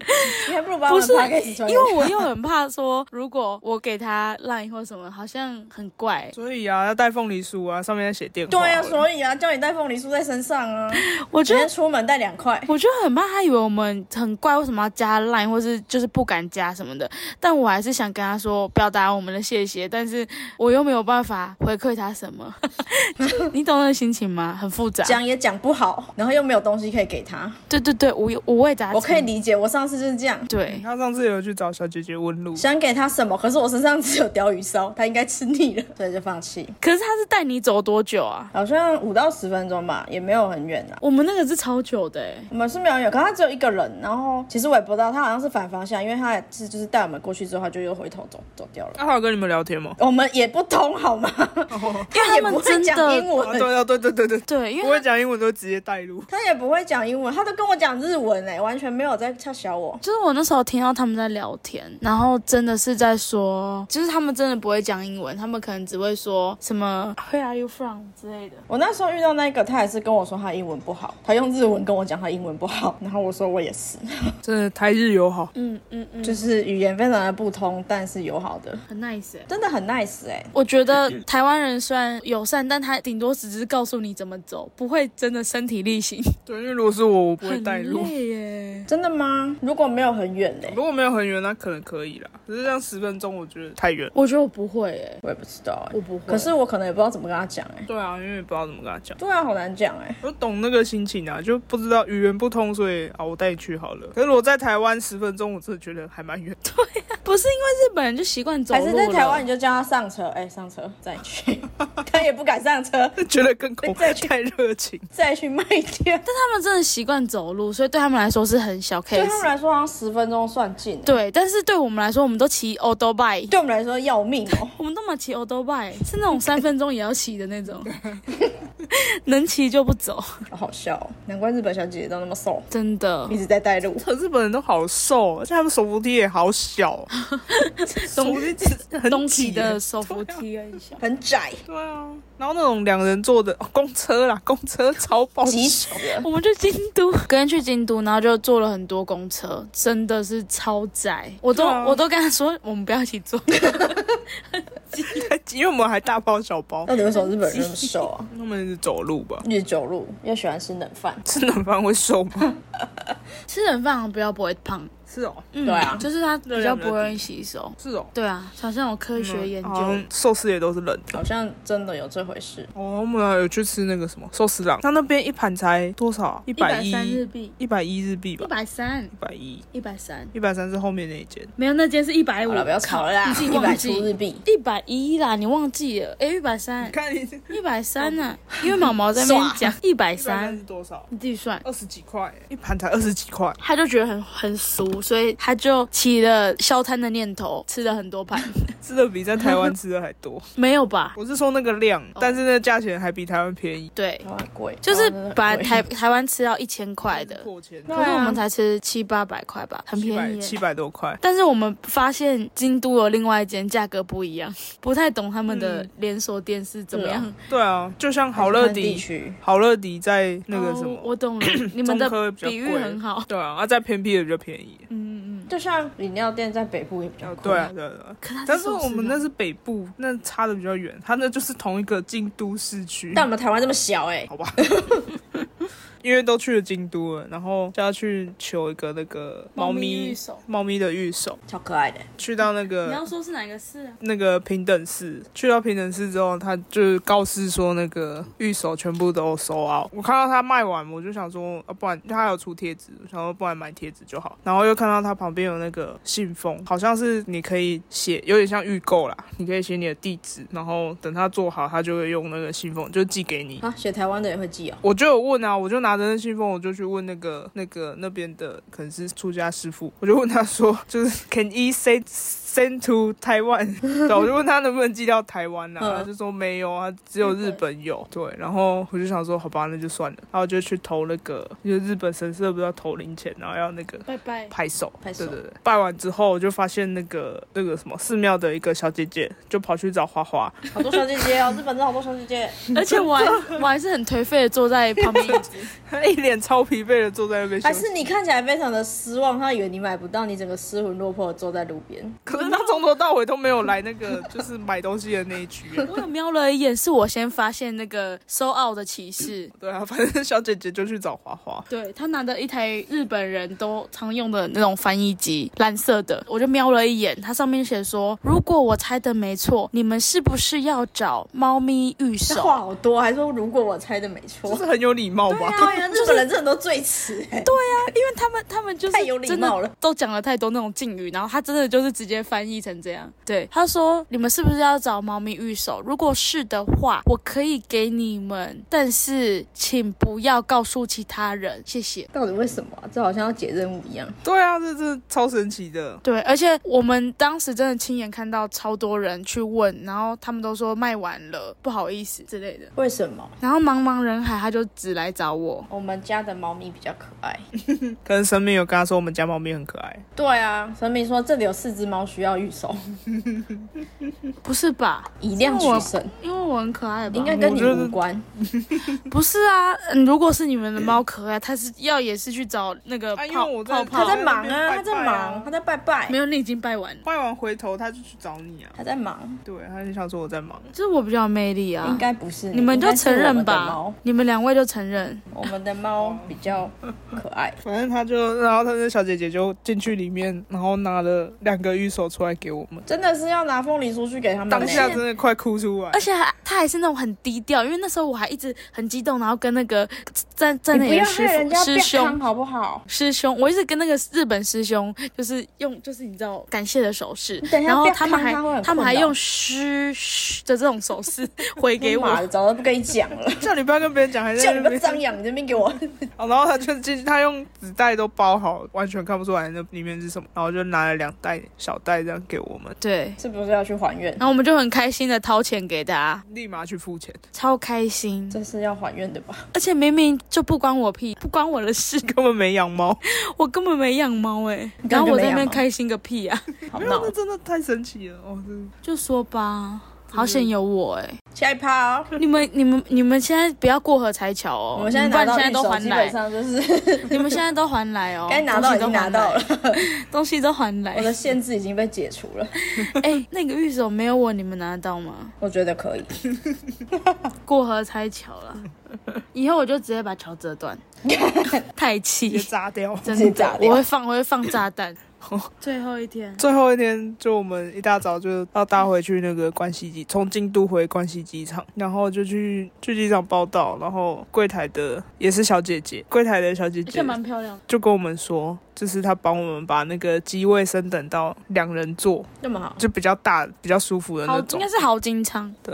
S1: 你还不如把我
S2: 不
S1: 们
S2: 是啊
S1: podcast 传给
S2: 因为我又很怕说，如果我给他 line 或什么，好像很怪。
S3: 所以啊，要带凤梨酥啊，上面在写电话。
S1: 对啊，所以啊，叫你带凤梨酥在身上啊，
S2: 我觉
S1: 今
S2: 得
S1: 天出门带两块。
S2: 我就很怕他以为我们很怪，为什么要加 line 或是就是不敢加什么的。但我还是想跟他说表达我们的谢谢，但是我又没有办法回馈他什么， 就你懂那个心情吗？很复杂。
S1: 讲也讲不好，然后又没有东西可以给他，
S2: 啊对对对，我五五味杂陈。
S1: 我可以嗯理解，我上次就是这样，
S2: 对，
S3: 他上次有去找小姐姐问路，
S1: 想给他什么，可是我身上只有鲷鱼烧，他应该吃腻了， 所以就放弃。
S2: 可是他是带你走多久啊？
S1: 好像五到十分钟吧，也没有很远啊。
S2: 我们那个是超久的、欸，
S1: 我们是没有远，可他只有一个人，然后其实我也不知道，他好像是反方向，因为他也是就是带我们过去之后，他就又回头走走掉了。
S3: 那啊他有跟你们聊天吗？
S1: 我们也不通好吗？ 因为也不会讲英
S3: 啊，
S1: 文，
S3: 对啊，对对对对，
S2: 对，因为
S3: 不会讲英文都直接带路。
S1: 他也不会讲英文，他都跟我讲日文哎、完全没有在嘲笑我。
S2: 就是我那时候听到他们在聊天，然后真的是在说，就是他们真的不会讲英文，他们可能只会说什么 Where are you from 之类的。
S1: 我那时候遇到那个，他也是跟我说他英文不好，他用日文跟我讲他英文不好，然后我说我也是，
S3: 真的台日友好，
S2: 嗯嗯嗯，
S1: 就是语言非常的不通，但是友好的，
S2: 很 nice 欸
S1: 真的很 nice 哎、
S2: 我觉得台湾人虽然友善，但他顶多只是告诉你怎么走，不会真的身体力行，
S3: 对，因为如果是我，我不会
S2: 很
S3: 带路。
S2: 累耶。
S1: 真的吗？如果没有很远欸嘞、
S3: 如果没有很远，那可能可以啦。只是这样十分钟，我觉得太远。
S2: 我觉得我不会欸耶，
S1: 我也不知道哎、
S2: 我不会。
S1: 可是我可能也不知道怎么跟他讲哎、
S3: 对啊，因为不知道怎么跟他讲。
S1: 对啊，好难讲哎、
S3: 我懂那个心情啊，就不知道语言不通，所以啊，我带你去好了。可是我在台湾十分钟，我真的觉得还蛮远。
S2: 不是因为日本人就习惯走路
S1: 还
S2: 了，
S1: 是在台湾你就叫他上车，哎、上车载你去， 他也不敢上车，
S3: 觉得更恐
S1: 再去
S3: 太热情。
S1: 再去卖掉。
S2: 但他们真的习惯走路，所以对他们来说是很小
S1: 对他们
S2: case。
S1: 来说好像十分钟算近、欸，
S2: 对，但是对我们来说，我们都骑 o d o b i
S1: 对我们来说要命哦、
S2: 我们都没有骑 o d o b i 是那种三分钟也要骑的那种， 能骑就不走，
S1: 好好笑、哦，难怪日本小姐姐都那么瘦，
S2: 真的
S1: 一直在带路。
S3: 可日本人都好瘦，啊而且他们手扶梯也 好小，手扶梯真很
S2: 东西
S3: 挤耶
S2: 的手扶梯很小。
S1: 很窄，
S3: 对啊，然后那种两人坐的、哦公车啦， 公车超爆
S1: 挤死了。
S2: 我们去京都，跟人去京都，然后就坐了很多公车，真的是超窄，我都、
S3: 对啊
S2: 我都跟他说我们不要一起坐，
S3: 因为我们还大包小包，
S1: 到底为什么日本人那么瘦 啊？
S3: 他们是走路吧？
S1: 日久路又喜欢吃冷饭，
S3: 吃冷饭会瘦 吗？
S2: 吃冷饭好像比较不会胖，
S3: 是哦，
S2: 嗯，
S1: 对啊
S2: 就是它比较不会容易吸收。
S3: 是哦。
S2: 对啊，好像有科学研究，
S3: 好像寿司也都是冷的
S1: 好像真的有这回事。
S3: 哦。我们还有去吃那个什么寿司郎，他那边一盘才多少啊？一
S2: 一百
S1: 嗯
S3: 百
S2: 三日
S3: 一，
S2: 币，
S3: 一百一日币吧
S2: 一，百三，
S3: 一百一，
S2: 一百三，
S3: 一百三是后面那一间。
S2: 没有那间是一百五
S1: 好了，，不要吵了啦，
S2: 自己
S1: 一百
S2: 忘
S1: 出
S2: 记
S1: 日币。
S2: 一百一啦，你忘记了？哎，一百三，
S3: 看你这
S2: 一百三呢？因为毛毛在那边 讲一百
S3: 三
S2: 三，
S3: 是多少？
S2: 你自己算。
S3: 二十几块，一盘才二十几块。
S2: 他就觉得很很俗，所以他就起了消摊的念头，吃了很多盘。
S3: 吃的比在台湾吃的还 多。
S2: 没有吧？
S3: 我是说那个量，
S2: 哦
S3: 但是那个价钱还比台湾便宜，
S2: 对，
S1: 好贵，
S3: 哦
S2: 就
S1: 台
S2: 是
S1: 湾真的很
S2: 把
S1: 贵
S2: 台台湾吃到一千块 的，
S3: 破千，
S1: 对
S2: 可是我
S1: 啊
S2: 们，才吃七八百块吧，很
S3: 七百
S2: 便宜
S3: 七
S2: 耶。
S3: 百多块。
S2: 但是我们发现京都有另外一间价格不一样， 不太懂他们的连锁店是怎么样。
S3: 嗯对啊，就像好乐
S1: 乐地
S3: 迪，
S1: 区
S3: 好乐迪在那个什
S2: 哦
S3: 么，
S2: 我懂 了，你们的
S3: 中科比较
S2: 比喻
S3: 贵
S2: 很好。
S3: 对啊，啊在偏僻的比较便宜。
S2: 嗯嗯嗯，
S1: 就像饮料店在北部也比较
S3: 哦
S1: 贵。
S3: 对啊，对啊，对啊
S2: 可它
S3: 但
S2: 是
S3: 是
S2: 寿司
S3: 我们
S2: 吗
S3: 那是北部，那差的比较远，它那就是同一个京都市区。
S1: 但我们台湾这么小哎、
S3: 好吧。 因为都去了京都了，然后就要去求一个那个猫
S2: 猫咪
S3: 咪
S2: 御守
S3: 猫咪的御守，
S1: 超可爱的、
S3: 去到那个
S2: 你要说是哪个市啊？
S3: 那个平等室，去到平等室之后，他就是告示说那个玉手全部都收啊。我看到他卖完，我就想说，啊，不然他还有出贴纸，我想说不然买贴纸就好。然后又看到他旁边有那个信封，好像是你可以写，有点像预购啦，你可以写你的地址，然后等他做好，他就会用那个信封就寄给你。
S1: 啊，写台湾的也会 寄哦、
S3: 我就有问啊，我就拿着那信封，我就去问那个那个那边的可能是出家师傅，我就问他说，就是 Can he send send to Taiwan？对， 啊我就问他能不能寄到台湾啊，
S1: 嗯
S3: 他就说没有啊，只有日本有。对，然后我就想说，好吧，那就算了，然后我就去投那个，就是日本神社不是要投零钱，然后要那个。
S2: 拜 拜。
S3: 拍手，
S1: 拍手
S3: 对对对，拜完之后，我就发现那个那个什么寺庙的一个小姐姐，就跑去找花花，
S1: 好多小姐姐哦、日本真的好多小姐姐。
S2: 而且我还 我还是很颓废的坐在旁边 椅子，
S3: 她一脸超疲惫的坐在那边休
S1: 还
S3: 息。
S1: 是你看起来非常的失望，他以为你买不到，你整个失魂落魄地坐在路边。
S3: 可是他从头到尾都没有来那个就是买东西的那一区、啊。
S2: 我有瞄了一眼，是我先发现那个 so out 的骑士，
S3: 对啊，反正小姐姐就去找花花。
S2: 对他拿的一台日本人都常用的那种翻译机，蓝色的，我就瞄了一眼，它上面写说，如果我猜的没错，你们是不是要找猫咪御
S1: 他话
S2: 手？
S1: 好多，还说如果我猜的没错
S3: 就。是很有礼貌吧？
S1: 对啊，日本人真的都最迟哎、
S2: 对啊，因为他们他们就是
S1: 太有礼
S2: 真
S1: 貌
S2: 的
S1: 了
S2: 都讲了太多那种敬语，然后他真的就是直接翻译成这样。对，他说你们是不是要找猫咪御手？如果是的话，我可以给你们，但是请不要告诉其他人，谢谢。
S1: 到底为什么啊、这好像要解任务一样。
S3: 对啊，这这超神奇的。
S2: 对，而且我们当时真的亲眼看到超多人去问，然后他们都说卖完了，不好意思之类的。
S1: 为什么
S2: 然后茫茫人海，他就只来找我。
S1: 我们家的猫咪比较可爱？
S3: 可能神明有跟他说，我们家猫咪很可爱。
S1: 对啊，神明说这里有四只猫需要预售，
S2: 不是吧？
S1: 以量取胜，
S2: 因为我很可爱吧？
S1: 应该跟
S3: 我
S1: 你
S3: 觉得
S1: 无关。
S2: 不是啊。嗯，如果是你们的猫可爱，它是要也是去找那个
S3: 啊因为
S2: 泡
S3: 我
S2: 泡
S3: 在
S1: 他
S2: 泡
S1: 在。忙
S3: 旁边
S1: 啊，
S3: 拜拜啊
S1: 他在忙，他在拜拜
S2: 没，有，你已经拜完了。
S3: 拜完回头他就去找你啊。
S1: 他在忙，
S3: 对，他就想说我在忙。
S2: 就是我比较有魅力啊。
S1: 应该不是
S2: 你们就承认。
S1: 应该是我们的
S2: 吧
S1: 猫，
S2: 你们两位就承认。
S1: 我们的猫比较可 爱，
S3: 反正他就，然后他那小姐姐就进去里面，然后拿了两个玉手出来给我们，
S1: 真的是要拿凤梨酥去给他们、
S3: 当下
S1: 欸
S3: 真的快哭出来
S2: 而。且还他还是那种很低调，因为那时候我还一直很激动，然后跟那个在在那
S1: 你不
S2: 里
S1: 要
S2: 的
S1: 害
S2: 师
S1: 人
S2: 傅
S1: 家
S2: 师
S1: 健
S2: 兄
S1: 康好不好？
S2: 师兄，我一直跟那个日本师兄就是用就是你知道感谢的手势，
S1: 等一下
S2: 然后
S1: 不要
S2: 他们
S1: 看
S2: 还
S1: 他会很困
S2: 他们还
S1: 扰
S2: 用嘘嘘的这种手势 回给
S1: 妈
S2: 我，
S1: 的，早都不跟你讲了，
S3: 叫你不要跟别人讲，还
S1: 叫
S3: 在
S1: 你
S3: 那
S1: 们张
S3: 边。
S1: 扬，你这边给我。
S3: 哦然后他就 进去，他用纸袋都包好，完全看不出来那里面是什么。然后就拿了两袋小袋这样给我们，
S2: 对，
S1: 是不是要去还愿
S2: 然？后我们就很开心的掏钱给他，
S3: 立马去付钱，
S2: 超开心，
S1: 这是要还愿的吧？
S2: 而且明明就不关我屁，不关我的事，
S3: 根本没养猫。
S2: 我根本没养猫哎、
S1: 你根本
S2: 然后
S1: 就
S2: 我
S1: 没
S2: 在那
S1: 养
S2: 边
S1: 猫
S2: 开心个屁啊，
S1: 好
S3: 没有，
S1: 闹
S3: 哎那。真的太神奇了哦！真的
S2: 就说吧，好险有我哎、
S1: 下一趴、哦，
S2: 你们、你们、你们现在不要过河拆桥哦！
S1: 我们现在拿
S2: 你
S1: 到
S2: 们
S1: 一
S2: 现在都
S1: 手，
S2: 还
S1: 基本
S2: 来，
S1: 上就是
S2: 你们现在都还来哦！
S1: 该拿到已经拿到了，
S2: 东西都还来。
S1: 我
S2: 东
S1: 的
S2: 西
S1: 限制已经被解除了，
S2: 都还来。 哎、那个玉手没有我，你们拿得到吗？
S1: 我觉得可以。
S2: 过河拆桥了，以后我就直接把桥折断，太
S3: 也
S2: 气，
S3: 炸掉。
S2: 真
S1: 直接
S2: 的
S1: 炸，掉
S2: 我会放，我会放炸弹。最后一天，
S3: 最后一天，就我们一大早就要搭回去那个关西机，从京都回关西机场，然后就去去机场报道，然后柜台的也是小姐姐，柜台的小姐
S2: 而
S3: 姐
S2: 且蛮漂亮的。
S3: 就跟我们说，就是她帮我们把那个机位升等到两人座，
S1: 那么好，
S3: 就比较大、比较舒服的
S2: 好
S3: 那，
S2: 应
S3: 种
S2: 该。是好金昌。
S3: 对，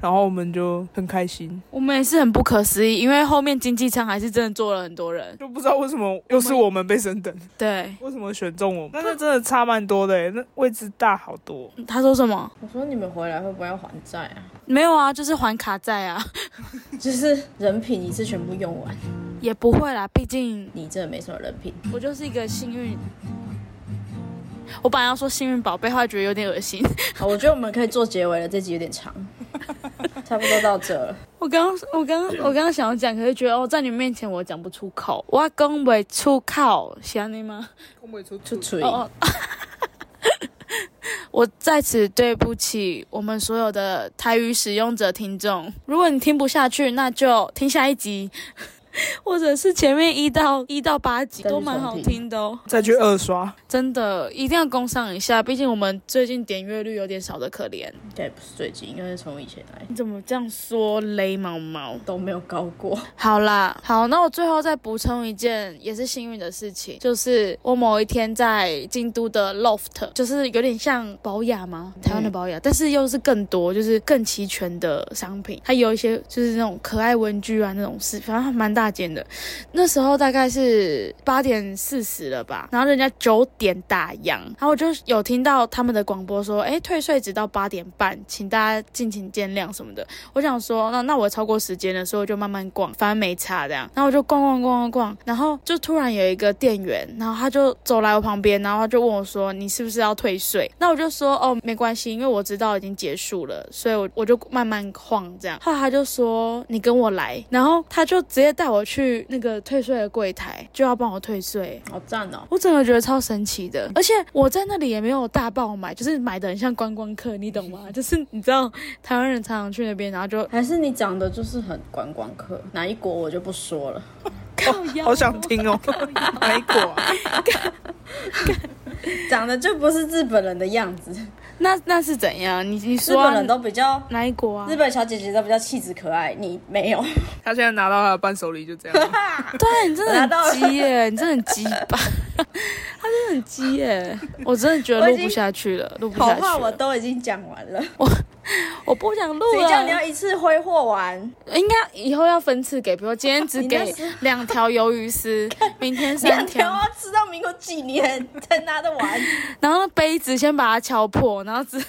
S3: 然后我们就很开心，
S2: 我们也是很不可思议，因为后面经济舱还是真的坐了很多人。
S3: 就不知道为什么又是我们被升等，
S2: 对，
S3: 为什么选中我们？但是真的差蛮多的欸，那位置大好多。
S2: 他说什么？
S1: 我说你们回来会不会要还债啊？
S2: 没有啊，就是还卡债啊。
S1: 就是人品一次全部用完，
S2: 也不会啦，毕竟
S1: 你真的没什么人品。
S2: 我就是一个幸运。我本来要说幸运宝贝，后来觉得有点恶心。
S1: 好，我觉得我们可以做结尾了，这集有点长，差不多到这了。
S2: 我刚我刚我刚刚想要讲，可是觉得哦，在你面前我讲不出口，我讲不出口，想你吗？
S1: 出锤
S2: 哦哦。 我在此对不起我们所有的台语使用者听众，如果你听不下去，那就听下一集， 或者是前面一到一到八集
S1: 再去
S2: 都蛮好
S1: 重听
S2: 听的哦。
S3: 再去二刷，
S2: 真的一定要工商一下，毕竟我们最近点阅率有点少的可怜。
S1: 应该不是最近，应该是从以前来
S2: 你怎么这样说雷毛毛？
S1: 都没有高过。
S2: 好啦，好，那我最后再补充一件也是幸运的事情，就是我某一天在京都的 LOFT，就是有点像宝雅嘛，台湾的宝雅，但是又是更多，就是更齐全的商品。它有一些就是那种可爱文具啊那种事，反正还蛮大件的。那时候大概是八点四十了吧，然后人家九点打烊，然后我就有听到他们的广播说，哎，退税直到八点半，请大家敬请见谅什么的。我想说，哦那那我超过时间了，所以我就慢慢逛，反正没差这样。然后我就逛逛逛逛逛，然后就突然有一个店员，然后他就走来我旁边，然后他就问我说：“你是不是要退税？”那我就说：“哦，没关系，因为我知道已经结束了，所以我我就慢慢晃这样。”后来他就说：“你跟我来。”然后他就直接带我我去那个退税的柜台，就要帮我退税。
S1: 好赞哦！
S2: 我整个觉得超神奇的，而且我在那里也没有大爆买，就是买的很像观光客，你懂吗？就是你知道台湾人常常去那边，然后就
S1: 还是你讲的就是很观光客，哪一国我就不说了。
S2: 靠腰
S3: 好想听哦，哪一国啊？
S1: 长得就不是日本人的样 子，
S2: 那那是怎样？你你
S1: 日
S2: 说啊、
S1: 本人都比较，
S2: 哪一国啊
S1: 日？本小姐姐都比较气质可爱，你没有，
S3: 他现在拿到他的伴手礼就这样，
S2: 对你真
S1: 我拿
S2: 的
S1: 到了
S2: 很鸡耶，你真的很鸡吧？ 他真的很鸡耶，我真的觉得
S1: 我已
S2: 录
S1: 经
S2: 不下去了，录不
S1: 好
S2: 下去
S1: 话我
S2: 了，
S1: 都已经讲完 了，
S2: 我不想录
S1: 谁叫你要
S2: 了。
S1: 一次挥霍完？
S2: 应该以后要分次给，比如今天只
S1: 你那
S2: 给
S1: 时
S2: 两条鱿鱼 丝，明天三
S1: 两
S2: 条
S1: 条。啊要吃到民国几年才拿得 完？一
S2: 然后杯子先把它敲破，然后只
S1: 次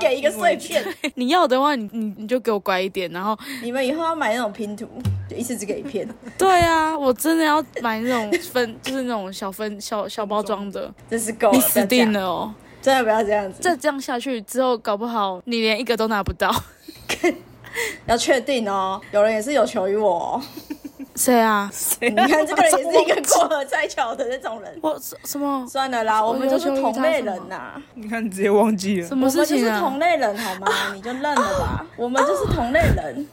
S1: 给一个碎片。
S2: 你要的话，你你你就给我乖一点。然后，
S1: 你们以后要买那种拼图，就一次只给一片，
S2: 对啊，我真的要买那种分，就是那种小分小小包装的，
S1: 真是够了，
S2: 你
S1: 不要
S2: 死
S1: 这样
S2: 定，了哦！
S1: 真的不要这样子，
S2: 再这样下去之后，搞不好你连一个都拿不到。
S1: 要确定哦。有人也是有求于 我、哦，
S2: 谁啊？
S1: 你 看这个人也是一个过河拆桥的那种人。
S2: 我什什么
S1: 算了啦，我们就是同类人呐、
S3: 你看你直接忘记了
S2: 什。么
S1: 我
S2: 事
S1: 们就
S2: 情
S1: 是
S2: 啊
S1: 同？类人好吗？ 你就认了吧，我们就是同类 人，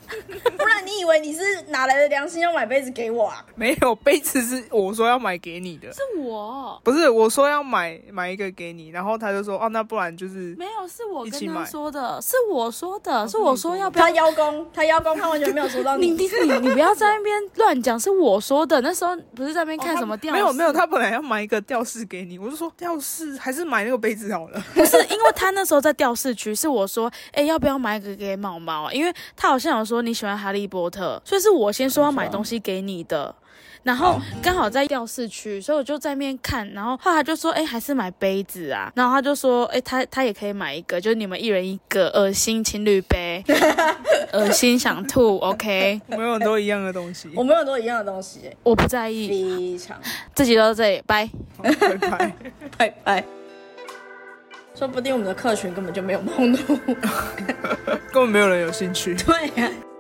S1: 不然你以为你是哪来的良心要买杯子给我啊？
S3: 没有杯子是我说要买给你的，
S2: 是我
S3: 不是我说要买买一个给你，然后他就说哦，那不然就是
S2: 没有，是我
S3: 一起
S2: 跟他
S3: 买
S2: 说的，是我说的，是我说要哦不要
S1: 他邀功，他邀功，他完全没有说到
S2: 你
S1: 你。
S2: 你你你不要在那边乱讲，是我说的。那时候不是在那边看什么电、
S3: 没有没有，他本来要买一个吊饰给你，我就说吊饰还是买那个杯子好了。
S2: 不是因为他那时候在调市区，是我说，哎、要不要买一个给毛毛啊？因为他好像有说你喜欢哈利波特，所以是我先说要买东西给你的。然后刚好在调市区，所以我就在那边看，然后后来他就说，哎、还是买杯子啊。然后他就说，哎、他他也可以买一个，就是你们一人一个，恶心情侣杯，恶心想吐，OK，
S3: 我们有很多一样的东西。
S1: 我们有很多一样的东西、
S2: 我不在意。
S1: 非常。
S2: 这集就到这里，拜。
S3: 好 拜拜。
S1: 拜拜。说不定我们的客群根本就没有梦露。
S3: 根本没有人有兴趣。
S1: 对呀、啊